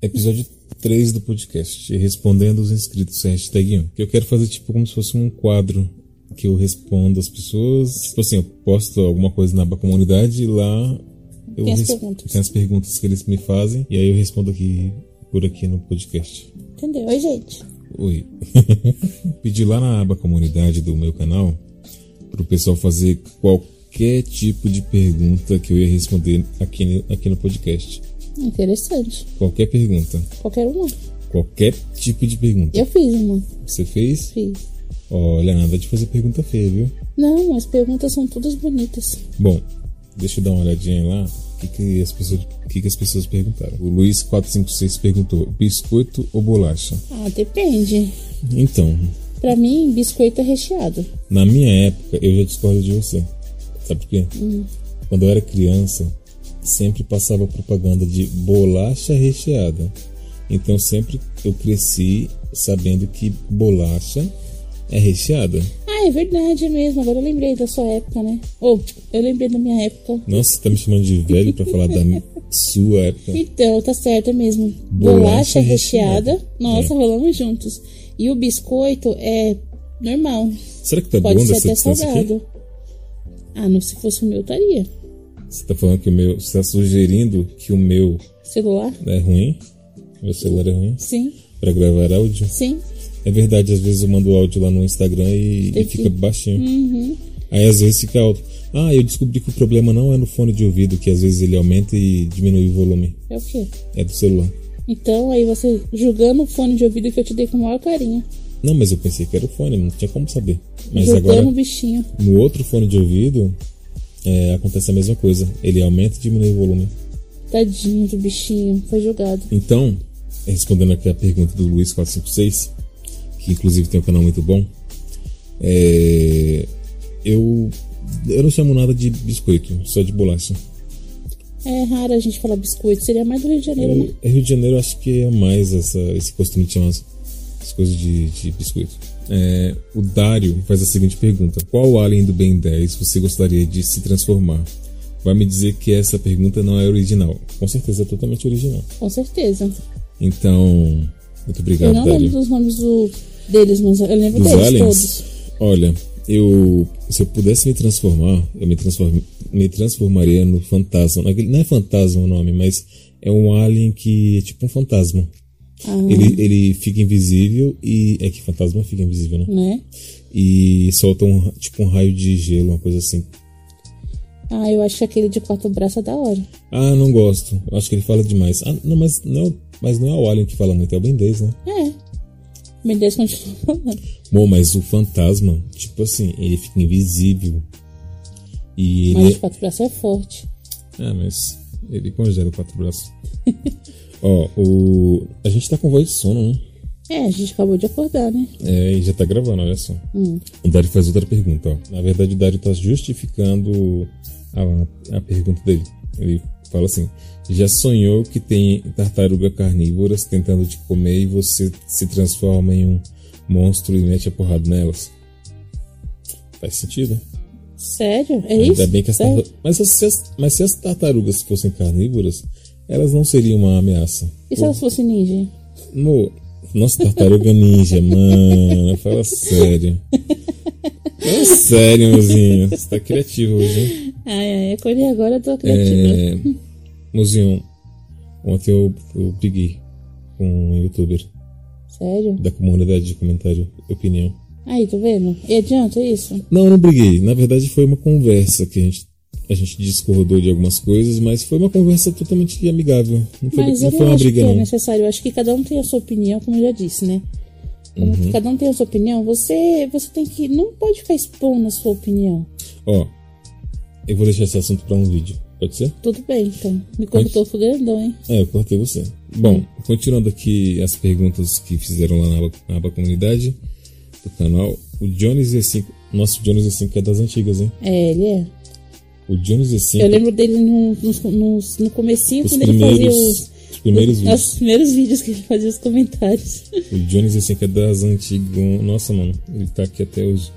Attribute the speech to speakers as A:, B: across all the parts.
A: Episódio 3 do podcast, respondendo os inscritos, hashtag 1. Que eu quero fazer tipo como se fosse um quadro que eu respondo às pessoas. Tipo assim, eu posto alguma coisa na aba comunidade e lá eu
B: Tem as
A: res-
B: perguntas.
A: tem as perguntas que eles me fazem e aí eu respondo aqui por aqui no podcast.
B: Entendeu? Oi, gente.
A: Oi. Pedi lá na aba comunidade do meu canal pro pessoal fazer qualquer tipo de pergunta que eu ia responder aqui no, aqui no podcast.
B: Interessante.
A: Qualquer pergunta.
B: Qualquer uma.
A: Qualquer tipo de pergunta.
B: Eu fiz uma.
A: Você fez?
B: Fiz.
A: Olha, nada de fazer pergunta feia, viu?
B: Não, as perguntas são todas bonitas.
A: Bom, deixa eu dar uma olhadinha lá. O que, que, as, pessoas, o que, que as pessoas perguntaram? O Luiz456 perguntou: biscoito ou bolacha?
B: Ah, depende.
A: Então,
B: Pra mim, biscoito é recheado.
A: Na minha época, eu já discordo de você. Sabe por quê? Quando eu era criança, sempre passava propaganda de bolacha recheada. Então sempre eu cresci sabendo que bolacha é recheada.
B: Ah, é verdade é mesmo. Agora eu lembrei da sua época, né? Ou, eu lembrei da minha época.
A: Nossa, você tá me chamando de velho pra falar da mi- sua época.
B: Então, tá certo é mesmo.
A: Bolacha
B: Bolacha recheada. Nossa,
A: É.
B: rolamos juntos. E o biscoito é normal.
A: Será que tá
B: Pode
A: bom
B: ser
A: dessa
B: até
A: distância aqui?
B: salgado. Ah, não, se fosse o meu, estaria.
A: Você tá falando que o meu. Você tá sugerindo que o meu
B: Celular?
A: é ruim? Meu celular é ruim?
B: Sim,
A: Pra gravar áudio?
B: sim.
A: É verdade, às vezes eu mando áudio lá no Instagram e, e
B: Tem que- Uhum.
A: fica baixinho. Aí às vezes fica alto. Ah, eu descobri que o problema não é no fone de ouvido, que às vezes ele aumenta e diminui o volume.
B: É o quê?
A: É do celular.
B: Então, aí você julgando o fone de ouvido que eu te dei com o maior carinho.
A: Não, mas eu pensei que era o fone, não tinha como saber. Mas
B: julgando o
A: agora,
B: bichinho.
A: no outro fone de ouvido, é, acontece a mesma coisa. Ele aumenta e diminui o volume.
B: Tadinho do bichinho. Foi julgado.
A: Então, respondendo aqui a pergunta do Luiz456, que inclusive tem um canal muito bom, é, eu, eu não chamo nada de biscoito, só de bolacha.
B: É raro a gente falar biscoito. Seria mais do Rio de Janeiro, né?
A: Eu, É, Rio de Janeiro acho que é mais essa, esse costume de chamar as, as coisas de, de biscoito. É, o Dário faz a seguinte pergunta: Qual alien do Ben 10 você gostaria de se transformar? Vai me dizer que essa pergunta não é original. Com certeza é totalmente original.
B: Com certeza.
A: Então, muito
B: Eu
A: obrigado,
B: não
A: Dário.
B: lembro dos nomes do- deles, mas eu lembro
A: Dos
B: deles
A: aliens?
B: todos.
A: Olha, eu. Se eu pudesse me transformar, eu me, transform, me transformaria no fantasma. Naquele- não é fantasma o nome, mas é um alien que é tipo um fantasma.
B: Ah.
A: Ele, ele fica invisível e. É que fantasma fica invisível, né?
B: Né?
A: E solta um, ra- tipo um raio de gelo, uma coisa assim.
B: Ah, eu acho aquele de quatro braços é da hora.
A: Ah, não gosto. Eu acho que ele fala demais. Ah, não, mas não, é o- mas não é o Alien que fala muito, é o Ben 10, né?
B: É. Mendes continua falando.
A: Bom, mas o fantasma, tipo assim, ele fica invisível. E ele.
B: Mas de quatro braços é forte.
A: Ah, mas ele congela quatro braços. Ó, o. A gente tá com voz de sono, né?
B: É, a gente acabou de acordar, né?
A: É, e já tá gravando, olha só. O Dário faz outra pergunta, ó. Na verdade, o Dário tá justificando a, a pergunta dele. Ele fala assim: Já sonhou que tem tartaruga carnívoras tentando te comer e você se transforma em um monstro e mete a porrada nelas? Faz sentido.
B: Sério? É
A: Ainda
B: isso?
A: bem que as
B: Sério?
A: tartarugas... mas, se as, mas se as tartarugas fossem carnívoras, elas não seriam uma ameaça.
B: E se elas fossem ninja?
A: Amor, nossa tartaruga ninja, mano. Fala sério. Fala sério, mozinho. Você tá criativo hoje, hein?
B: Ai, ai, acordei agora, eu tô criativa.
A: É, mozinho, ontem eu, eu briguei com um youtuber
B: Sério?
A: da comunidade de comentário e opinião.
B: Aí, tá vendo? E adianta isso?
A: Não, eu não briguei. Na verdade, foi uma conversa que a gente, a gente discordou de algumas coisas, mas foi uma conversa totalmente amigável. Não foi,
B: Mas
A: não
B: eu
A: foi
B: não
A: uma
B: acho
A: briga,
B: que é
A: não.
B: necessário. Eu acho que cada um tem a sua opinião, como eu já disse, né? Como
A: Uhum.
B: que cada um tem a sua opinião, você, você tem que. Não pode ficar expondo a sua opinião.
A: Ó, eu vou deixar esse assunto pra um vídeo. Pode ser?
B: Tudo bem, então. Me cortou o grandão, hein?
A: É, eu cortei você. Bom, continuando aqui as perguntas que fizeram lá na aba, na aba comunidade do canal. O Jones E5. Nossa, o Jones E5 é das antigas, hein?
B: É, ele é.
A: O Jones E5.
B: Eu lembro dele no, nos- nos- no comecinho,
A: os
B: quando ele fazia
A: primeiros,
B: os.
A: os primeiros vídeos.
B: Nos primeiros vídeos que ele fazia os comentários.
A: O Jones E5 é das antigas. Nossa, mano, ele tá aqui até hoje.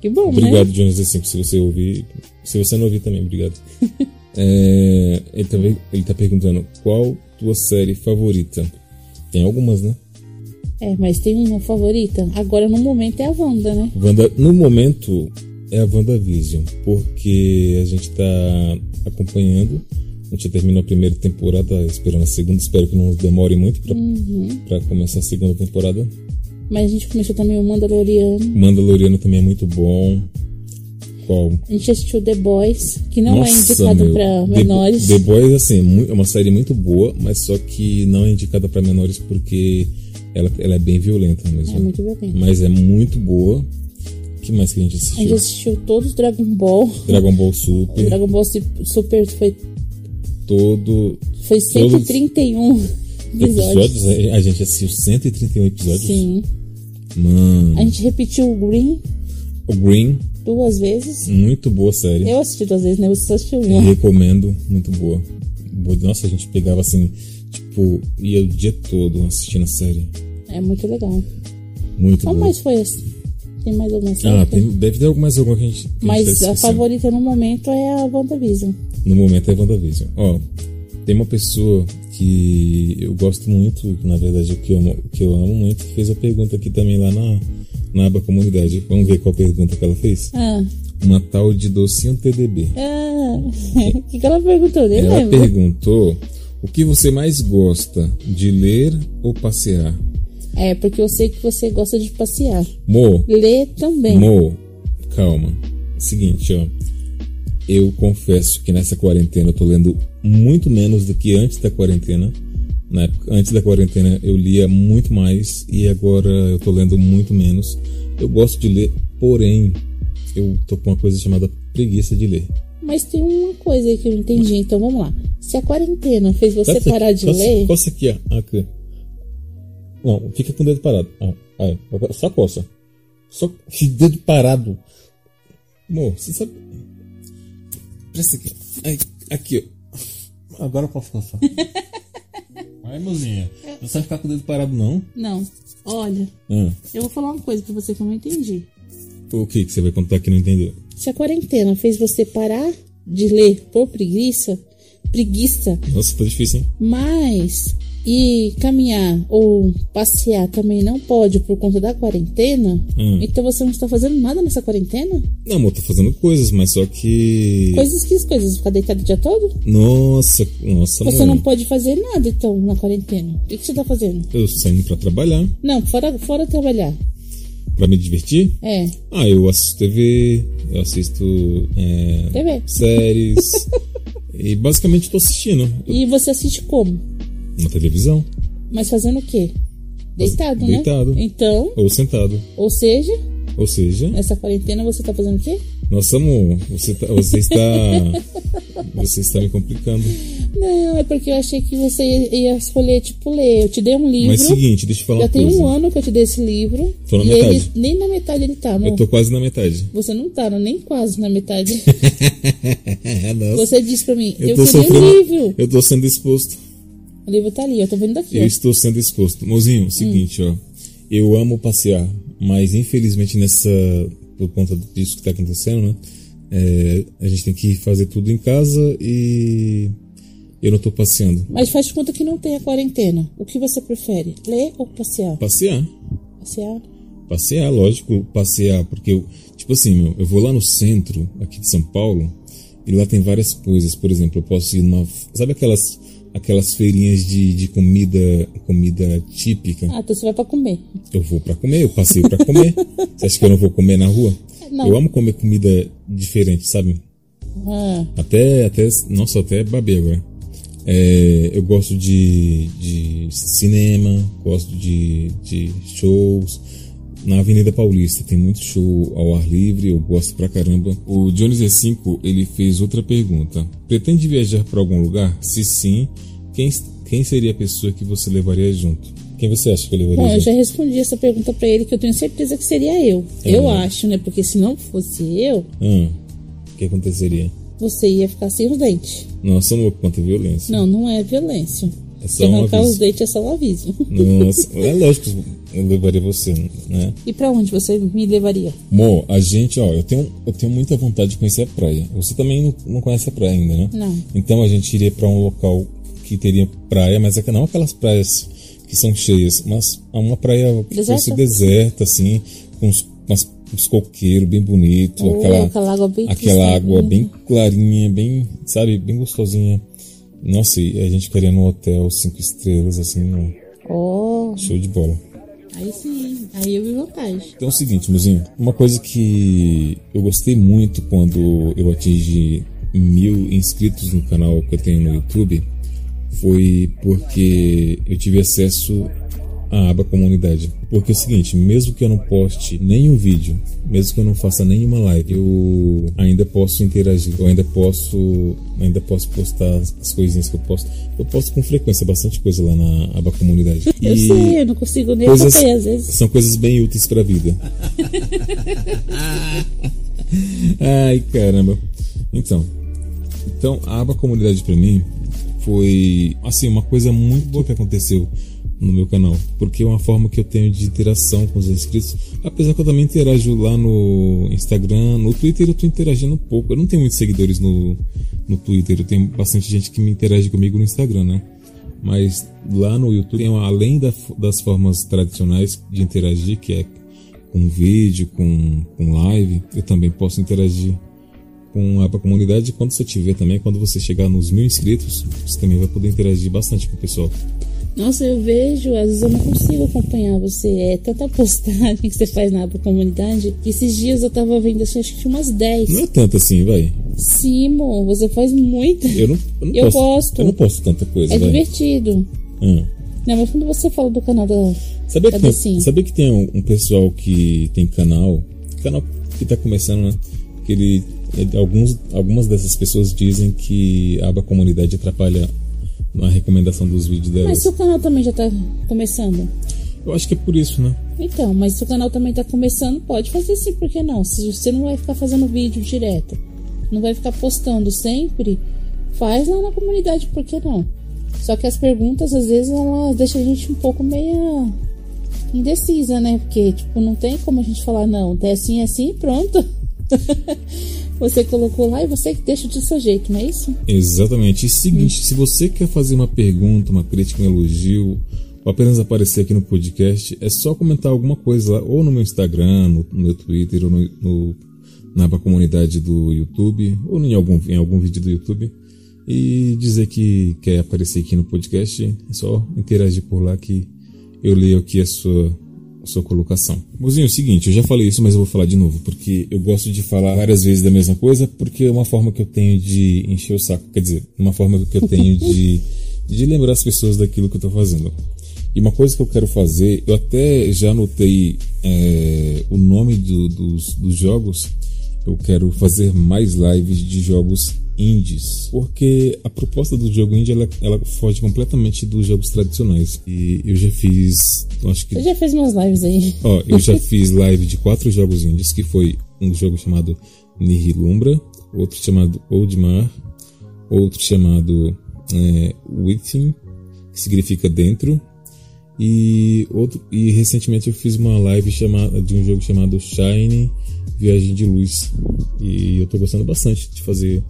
B: Que bom,
A: Obrigado,
B: né?
A: Jonas assim, se você ouvir. Se você não ouvir também, obrigado. É, ele, tá, ele tá perguntando qual tua série favorita. Tem algumas, né?
B: É, mas tem uma favorita? Agora, no momento, é a Wanda, né?
A: Wanda, no momento é a WandaVision, porque a gente tá acompanhando. A gente já terminou a primeira temporada, esperando a segunda. Espero que não demore muito pra, pra começar a segunda temporada.
B: Mas a gente começou também o Mandaloriano.
A: Mandaloriano também é muito bom. Qual?
B: A gente assistiu The Boys, que não é indicado
A: meu.
B: pra
A: The-
B: menores.
A: The Boys, assim, é mu- é uma série muito boa, mas só que não é indicada pra menores porque ela, ela é bem violenta mesmo.
B: É muito violenta.
A: Mas é muito boa. O que mais que a gente
B: A gente
A: assistiu?
B: assistiu todos Dragon Ball.
A: Dragon Ball Super,
B: Dragon Ball Su- Super foi,
A: todo.
B: foi 131 episódios.
A: Episódios? A a gente assistiu 131 episódios.
B: Sim.
A: Mano,
B: A gente repetiu o Green
A: o Green,
B: duas vezes.
A: muito boa série.
B: Eu assisti duas vezes, né? Você só assistiu uma.
A: Uhum. Recomendo, muito boa. Boa- Nossa, a gente pegava assim, tipo, ia o dia todo assistindo a série.
B: É muito legal.
A: Muito
B: Qual
A: boa.
B: mais foi esse? Tem mais alguma série?
A: Uhum. Ah, tem- deve ter algumas alguma que a gente. que gente
B: Mas
A: tá
B: a
A: esquecendo.
B: favorita no momento é a WandaVision.
A: No momento é WandaVision. Ó, tem uma pessoa que eu gosto muito, que, na verdade, o que eu amo, o que eu amo muito, que fez a pergunta aqui também lá na, na aba comunidade. Vamos ver qual pergunta que ela fez?
B: Ah,
A: Uma tal de docinho TDB.
B: ah. O que, que ela perguntou? Nem
A: Ela
B: lembro.
A: perguntou o que você mais gosta de ler ou passear?
B: É, porque eu sei que você gosta de passear.
A: Mo,
B: Ler também.
A: Mo, calma. É Seguinte, ó. Eu confesso que nessa quarentena eu tô lendo muito menos do que antes da quarentena. Na época, antes da quarentena eu lia muito mais e agora eu tô lendo muito menos. Eu gosto de ler, porém, eu tô com uma coisa chamada preguiça de ler.
B: Mas tem uma coisa aí que eu não entendi, então vamos lá. Se a quarentena fez você
A: Coça-
B: parar de
A: coça-
B: ler,
A: Coça aqui, ó. Aqui. Não, fica com o dedo parado. Ah, aí. Agora Só coça. Só que dedo parado. Amor, você sabe. Presta aqui. Aí, aqui, ó. Agora eu posso coçar. Vai, mozinha. Não precisa ficar com o dedo parado, não.
B: não. Olha,
A: Ah,
B: eu vou falar uma coisa pra você que eu não entendi.
A: o que, que você vai contar que não entendeu?
B: Se a quarentena fez você parar de ler por preguiça, preguiça,
A: Nossa, tá difícil, hein?
B: mas e caminhar ou passear também não pode por conta da quarentena,
A: Hum.
B: então você não está fazendo nada nessa quarentena?
A: Não, amor, tô fazendo coisas, mas só que.
B: Coisas que as coisas, ficar deitado o dia todo?
A: Nossa, nossa,
B: Você
A: mano.
B: não pode fazer nada então na quarentena. O que, que você tá fazendo?
A: Eu saindo pra trabalhar,
B: Não, fora, fora trabalhar.
A: pra me divertir.
B: É,
A: Ah, eu assisto TV, eu assisto é,
B: TV.
A: séries. e basicamente estou assistindo
B: E você assiste como?
A: na televisão,
B: Mas fazendo o quê? Deitado,
A: Deitado.
B: né? Então,
A: ou sentado.
B: ou seja,
A: Ou seja,
B: nessa quarentena você tá fazendo o quê?
A: nossa amor, você, tá- você está. você está me complicando.
B: Não, é porque eu achei que você ia escolher, tipo, ler. Eu te dei um livro.
A: Mas seguinte, deixa eu falar
B: já
A: uma
B: tem
A: coisa.
B: um ano que eu te dei esse livro.
A: Tô na
B: e ele,
A: metade.
B: nem na metade ele tá, amor.
A: Eu tô quase na metade.
B: Você não tá, não, nem quase na metade.
A: É, nossa.
B: você disse pra mim, eu,
A: tô
B: queria o
A: sofrendo.
B: livro.
A: Eu tô sendo exposto.
B: O livro tá ali, eu tô vendo daqui.
A: Eu
B: ó.
A: estou sendo exposto. Mozinho, seguinte, ó. Eu amo passear, mas infelizmente nessa. Por conta disso que tá acontecendo, né? é, a gente tem que fazer tudo em casa e. Eu não tô passeando.
B: Mas faz de conta que não tem a quarentena. O que você prefere? Ler ou passear?
A: Passear.
B: Passear?
A: Passear, lógico, passear, porque eu, tipo assim, meu, eu vou lá no centro aqui de São Paulo e lá tem várias coisas. Por exemplo, eu posso ir numa, sabe aquelas aquelas feirinhas de, de comida, comida típica?
B: Ah, então você vai pra comer.
A: Eu vou pra comer, eu passei pra comer. Você acha que eu não vou comer na rua?
B: Não.
A: Eu amo comer comida diferente, sabe?
B: Ah.
A: Até, até, nossa, até babei agora. É, eu gosto de, de cinema, gosto de, de shows. Na Avenida Paulista tem muito show ao ar livre, eu gosto pra caramba. O Jones E5, ele fez outra pergunta. Pretende viajar pra algum lugar? Se sim, quem, quem seria a pessoa que você levaria junto? Quem você acha que eu levaria
B: Bom, eu
A: junto?
B: já respondi essa pergunta pra ele, que eu tenho certeza que seria eu.
A: Uhum.
B: Eu acho, né? Porque se não fosse eu,
A: Hum, o que aconteceria?
B: você ia ficar sem os dentes.
A: Nossa, amor, quanta violência.
B: Não, não é violência.
A: É
B: Se
A: só um
B: arrancar
A: aviso.
B: os dentes é só um aviso.
A: Nossa, é lógico. eu levaria você, né?
B: E pra onde você me levaria?
A: Mo, a gente, ó, eu tenho, eu tenho muita vontade de conhecer a praia. Você também não, não conhece a praia ainda, né?
B: Não.
A: Então a gente iria pra um local que teria praia, mas é que não aquelas praias que são cheias, mas há uma praia que
B: Deserta?
A: fosse deserta, assim, com uns, umas, uns coqueiros bem bonito,
B: Oh,
A: aquela,
B: aquela água bem né?
A: aquela água
B: cristalina.
A: bem clarinha, bem, sabe, bem gostosinha. Nossa, e a gente ficaria num hotel cinco estrelas, assim, ó,
B: Oh,
A: show de bola.
B: aí sim. Aí eu vi vantagem.
A: Então é o seguinte, Muzinho. Uma coisa que eu gostei muito quando eu atingi mil inscritos no canal que eu tenho no YouTube foi porque eu tive acesso à aba comunidade. Porque é o seguinte, mesmo que eu não poste nenhum vídeo, mesmo que eu não faça nenhuma live, eu ainda posso interagir, eu ainda posso, ainda posso postar as coisinhas que eu posto. Eu posto com frequência bastante coisa lá na aba comunidade.
B: Eu
A: E-
B: sei, eu não consigo nem
A: coisas-
B: acompanhar às vezes.
A: são coisas bem úteis pra vida. Ai, caramba. Então, então a aba comunidade pra mim foi assim uma coisa muito boa que aconteceu no meu canal, porque é uma forma que eu tenho de interação com os inscritos. Apesar que eu também interajo lá no Instagram, no Twitter eu tô interagindo um pouco. Eu não tenho muitos seguidores no, no Twitter, eu tenho bastante gente que me interage comigo no Instagram, né? Mas lá no YouTube, tem, além da- das formas tradicionais de interagir, que é com vídeo, com, com live, eu também posso interagir com a comunidade. Quando você tiver também, quando você chegar nos mil inscritos, você também vai poder interagir bastante com o pessoal.
B: Nossa, eu vejo, às vezes eu não consigo acompanhar você. É tanta postagem que você faz na aba comunidade. que Esses dias eu tava vendo assim, acho que tinha umas 10.
A: Não é tanto assim, vai.
B: Sim, amor, você faz muito. É
A: Eu não, eu não
B: Eu
A: posso,
B: posto.
A: Eu não posso tanta coisa,
B: É
A: vai.
B: divertido.
A: Ah.
B: Não, mas quando você fala do canal da.
A: Sabia que,
B: É
A: tem,
B: assim.
A: sabia que tem um, um pessoal que tem canal, canal que tá começando, né? Que ele, ele- alguns, algumas dessas pessoas dizem que a aba comunidade atrapalha na recomendação dos vídeos
B: Mas
A: delas.
B: seu canal também já tá começando.
A: Eu acho que é por isso, né?
B: Então, mas se o canal também tá começando, pode fazer sim, por que não? Se você não vai ficar fazendo vídeo direto, não vai ficar postando sempre, faz lá na comunidade, por que não? Só que as perguntas, às vezes, elas deixam a gente um pouco meia indecisa, né? Porque, tipo, não tem como a gente falar, não, é assim, é assim, pronto. você colocou lá e você que deixa do seu jeito, não é isso?
A: Exatamente. E seguinte, se você quer fazer uma pergunta, uma crítica, um elogio, ou apenas aparecer aqui no podcast, é só comentar alguma coisa lá, ou no meu Instagram, no, no meu Twitter, ou no, no- na aba comunidade do YouTube, ou em algum, em algum vídeo do YouTube, e dizer que quer aparecer aqui no podcast, é só interagir por lá que eu leio aqui a sua sua colocação. Mozinho, é o seguinte, eu já falei isso, mas eu vou falar de novo, porque eu gosto de falar várias vezes da mesma coisa, porque é uma forma que eu tenho de encher o saco, quer dizer, uma forma que eu tenho de, de lembrar as pessoas daquilo que eu tô fazendo. E uma coisa que eu quero fazer, eu até já anotei é, o nome do- dos, dos jogos, eu quero fazer mais lives de jogos indies, porque a proposta do jogo indie ela, ela foge completamente dos jogos tradicionais. E eu já fiz, eu acho que
B: Você já fez umas lives aí.
A: Ó, eu já fiz live de quatro jogos indies, que foi um jogo chamado Nihilumbra, outro chamado Oldmar, outro chamado é, Within, que significa dentro, e outro e recentemente eu fiz uma live chamada de um jogo chamado Shine Viagem de Luz. E eu tô gostando bastante de fazer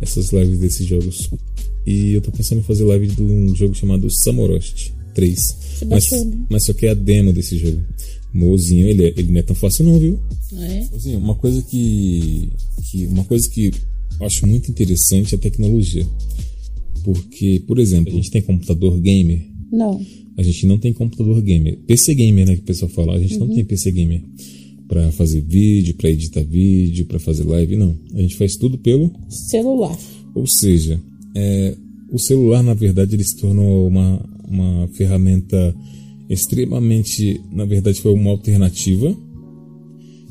A: essas lives desses jogos. E eu tô pensando em fazer live de um jogo chamado Samorost 3. Mas,
B: baixou, né?
A: mas só que é a demo desse jogo. Mozinho, ele, é- ele não é tão fácil não, viu?
B: não é?
A: Assim, uma coisa que, que uma coisa que eu acho muito interessante é a tecnologia. Porque, por exemplo, a gente tem computador gamer
B: Não.
A: a gente não tem computador gamer. PC gamer, né, que o pessoal fala. A gente não tem PC gamer Pra fazer vídeo, pra editar vídeo, pra fazer live, não. A gente faz tudo pelo,
B: Celular.
A: ou seja, é, o celular na verdade ele se tornou uma uma ferramenta extremamente, na verdade foi uma alternativa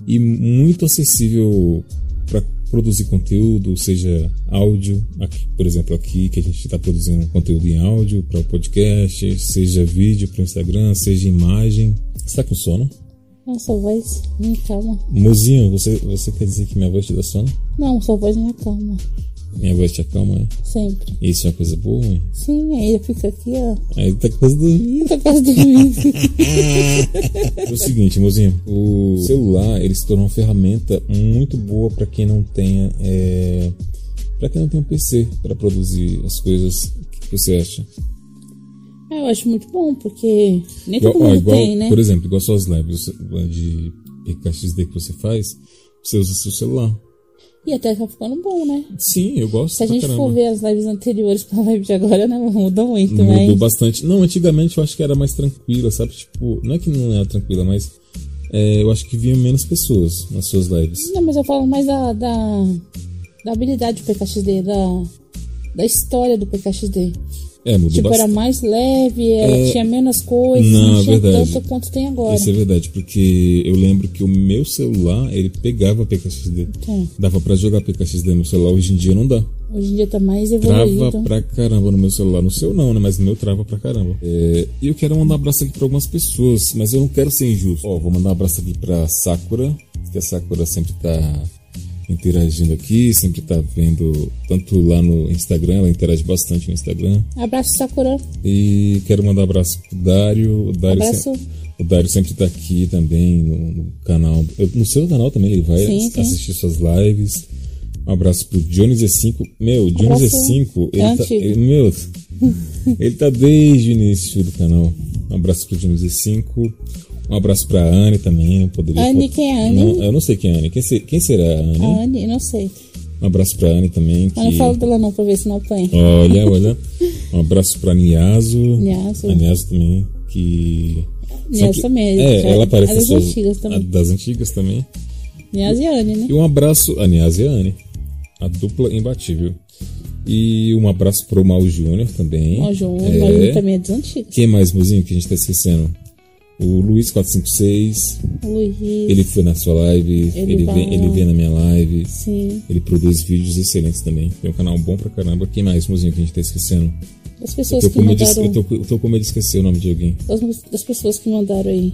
A: e muito acessível para produzir conteúdo, seja áudio, aqui, por exemplo, aqui que a gente está produzindo conteúdo em áudio para o podcast, seja vídeo para o Instagram, seja imagem. Você está com sono?
B: Não, sua voz me calma.
A: Mozinho, você, você quer dizer que minha voz te dá sono?
B: Não, sua voz me acalma.
A: Minha voz te acalma, né?
B: Sempre.
A: Isso é uma coisa boa, mãe?
B: Sim, aí eu fico aqui, ó.
A: Aí tá quase dormindo.
B: Tá quase dormindo.
A: É o seguinte, mozinho. O celular, ele se tornou uma ferramenta muito boa pra quem não tenha... É... Pra quem não tem um PC pra produzir as coisas. O que você acha?
B: Ah, eu acho muito bom, porque nem
A: Igual-
B: todo
A: ó,
B: mundo
A: igual-
B: tem, né?
A: Por exemplo, igual suas lives de PKXD que você faz, você usa seu celular.
B: E até tá ficando bom, né?
A: Sim, eu gosto
B: Se a
A: pra
B: gente
A: caramba.
B: for ver as lives anteriores com a live de agora, né? Muda muito,
A: Mudou
B: mas.
A: bastante. Não, antigamente eu acho que era mais tranquila, sabe? Tipo, não é que não era tranquila, mas é, eu acho que vinha menos pessoas nas suas lives.
B: Não, mas eu falo mais da, da, da habilidade do PKXD, da, da história do PKXD.
A: É, mudou
B: tipo, era
A: bastante.
B: mais leve, era-
A: É.
B: tinha menos coisas,
A: Não,
B: não,
A: é
B: tinha
A: verdade.
B: tanto quanto tem agora.
A: Isso é verdade, porque eu lembro que o meu celular, ele pegava PKXD.
B: É.
A: Dava pra jogar PKXD no celular, hoje em dia não dá.
B: Hoje em dia tá mais
A: Trava
B: evoluído.
A: pra caramba no meu celular. No seu não, né? Mas no meu trava pra caramba. É, E eu quero mandar um abraço aqui pra algumas pessoas, mas eu não quero ser injusto. Ó, vou mandar um abraço aqui pra Sakura, que a Sakura sempre tá interagindo aqui, sempre tá vendo, tanto lá no Instagram, ela interage bastante no Instagram.
B: Abraço, Sakura.
A: E quero mandar um abraço pro Dário. O Dário,
B: Abraço.
A: sempre, o Dário sempre tá aqui também no, no canal. eu- No seu canal também, ele vai
B: Sim,
A: ass-
B: sim.
A: assistir suas lives. Um abraço pro Johnny Z5. Meu, o Johnny
B: Abraço.
A: Z5,
B: É
A: ele tá,
B: antigo.
A: ele- meu, ele tá desde o início do canal. Um abraço pro Johnny Z5. Um abraço pra Anne também. Não poderia
B: Anne,
A: falt-
B: quem é Anne? Ah.
A: Não, eu não sei quem é a Anne. Quem, se- quem será a Anne?
B: A Anne, eu não sei.
A: Um abraço pra Anne também.
B: Mas não
A: que-
B: falo dela não pra ver se não apanha.
A: Olha, olha. Um abraço pra Niazo.
B: Niazo.
A: A Niazo também, que.
B: Niazo
A: Sempre-
B: também,
A: É,
B: já-
A: ela aparece
B: as
A: nas suas-
B: antigas também.
A: a- Das antigas também.
B: Nias e Anne, né?
A: E um abraço. A Niazo e a Anne. A dupla imbatível. E um abraço pro Mal Júnior também.
B: Ó, João,
A: É.
B: mas também é dos antigos.
A: Quem mais, mozinho, que a gente tá esquecendo? O Luiz456.
B: Luiz,
A: Ele foi na sua live. Ele,
B: Ele tá. vai
A: vem, ele
B: lá.
A: vem na minha live.
B: sim.
A: Ele produz vídeos excelentes também. Tem um canal bom pra caramba. Quem mais, mozinho, que a gente tá esquecendo?
B: As
A: Eu
B: pessoas
A: tô,
B: que
A: com medo de, eu,
B: mandaram.
A: tô, eu tô com medo de esquecer o nome de alguém.
B: as- As pessoas que mandaram aí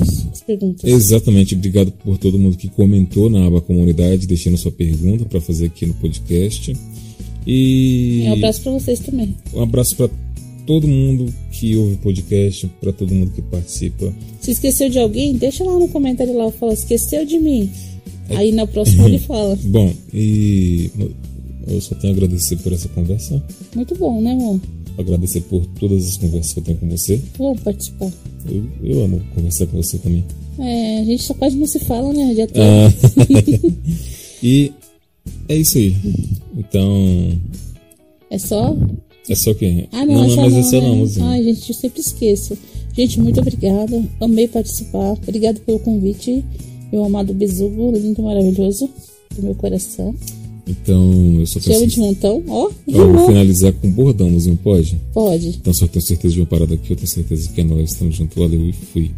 B: os- as perguntas.
A: Exatamente, obrigado por todo mundo que comentou na aba comunidade, deixando sua pergunta para fazer aqui no podcast. E
B: Um abraço pra vocês também.
A: um abraço para todo mundo que ouve o podcast, para todo mundo que participa.
B: Se esqueceu de alguém, deixa lá no comentário lá. Eu falo, esqueceu de mim.
A: É.
B: Aí na próxima ele fala.
A: Bom, e eu só tenho a agradecer por essa conversa,
B: Muito bom, né, amor?
A: agradecer por todas as conversas que eu tenho com você.
B: Vou participar.
A: Eu, eu amo conversar com você também.
B: É, a gente só quase não se fala, né? Já tá.
A: Ah, e é isso aí. Então,
B: É só.
A: é só que.
B: Ah, não, é só
A: mas
B: não,
A: é só
B: né?
A: não, mozinho.
B: Ai, gente, eu sempre esqueço. Gente, muito obrigada. Amei participar. Obrigado pelo convite. Meu amado besugo, lindo, maravilhoso. Do meu coração. é
A: Então, eu só
B: Te
A: peço.
B: amo de montão. Ó,
A: Ó, eu vou
B: rimou.
A: finalizar com um bordão, mozinho, pode?
B: Pode.
A: Então, só tenho certeza de uma parada aqui, eu tenho certeza que é nós. Tamo junto, valeu e fui.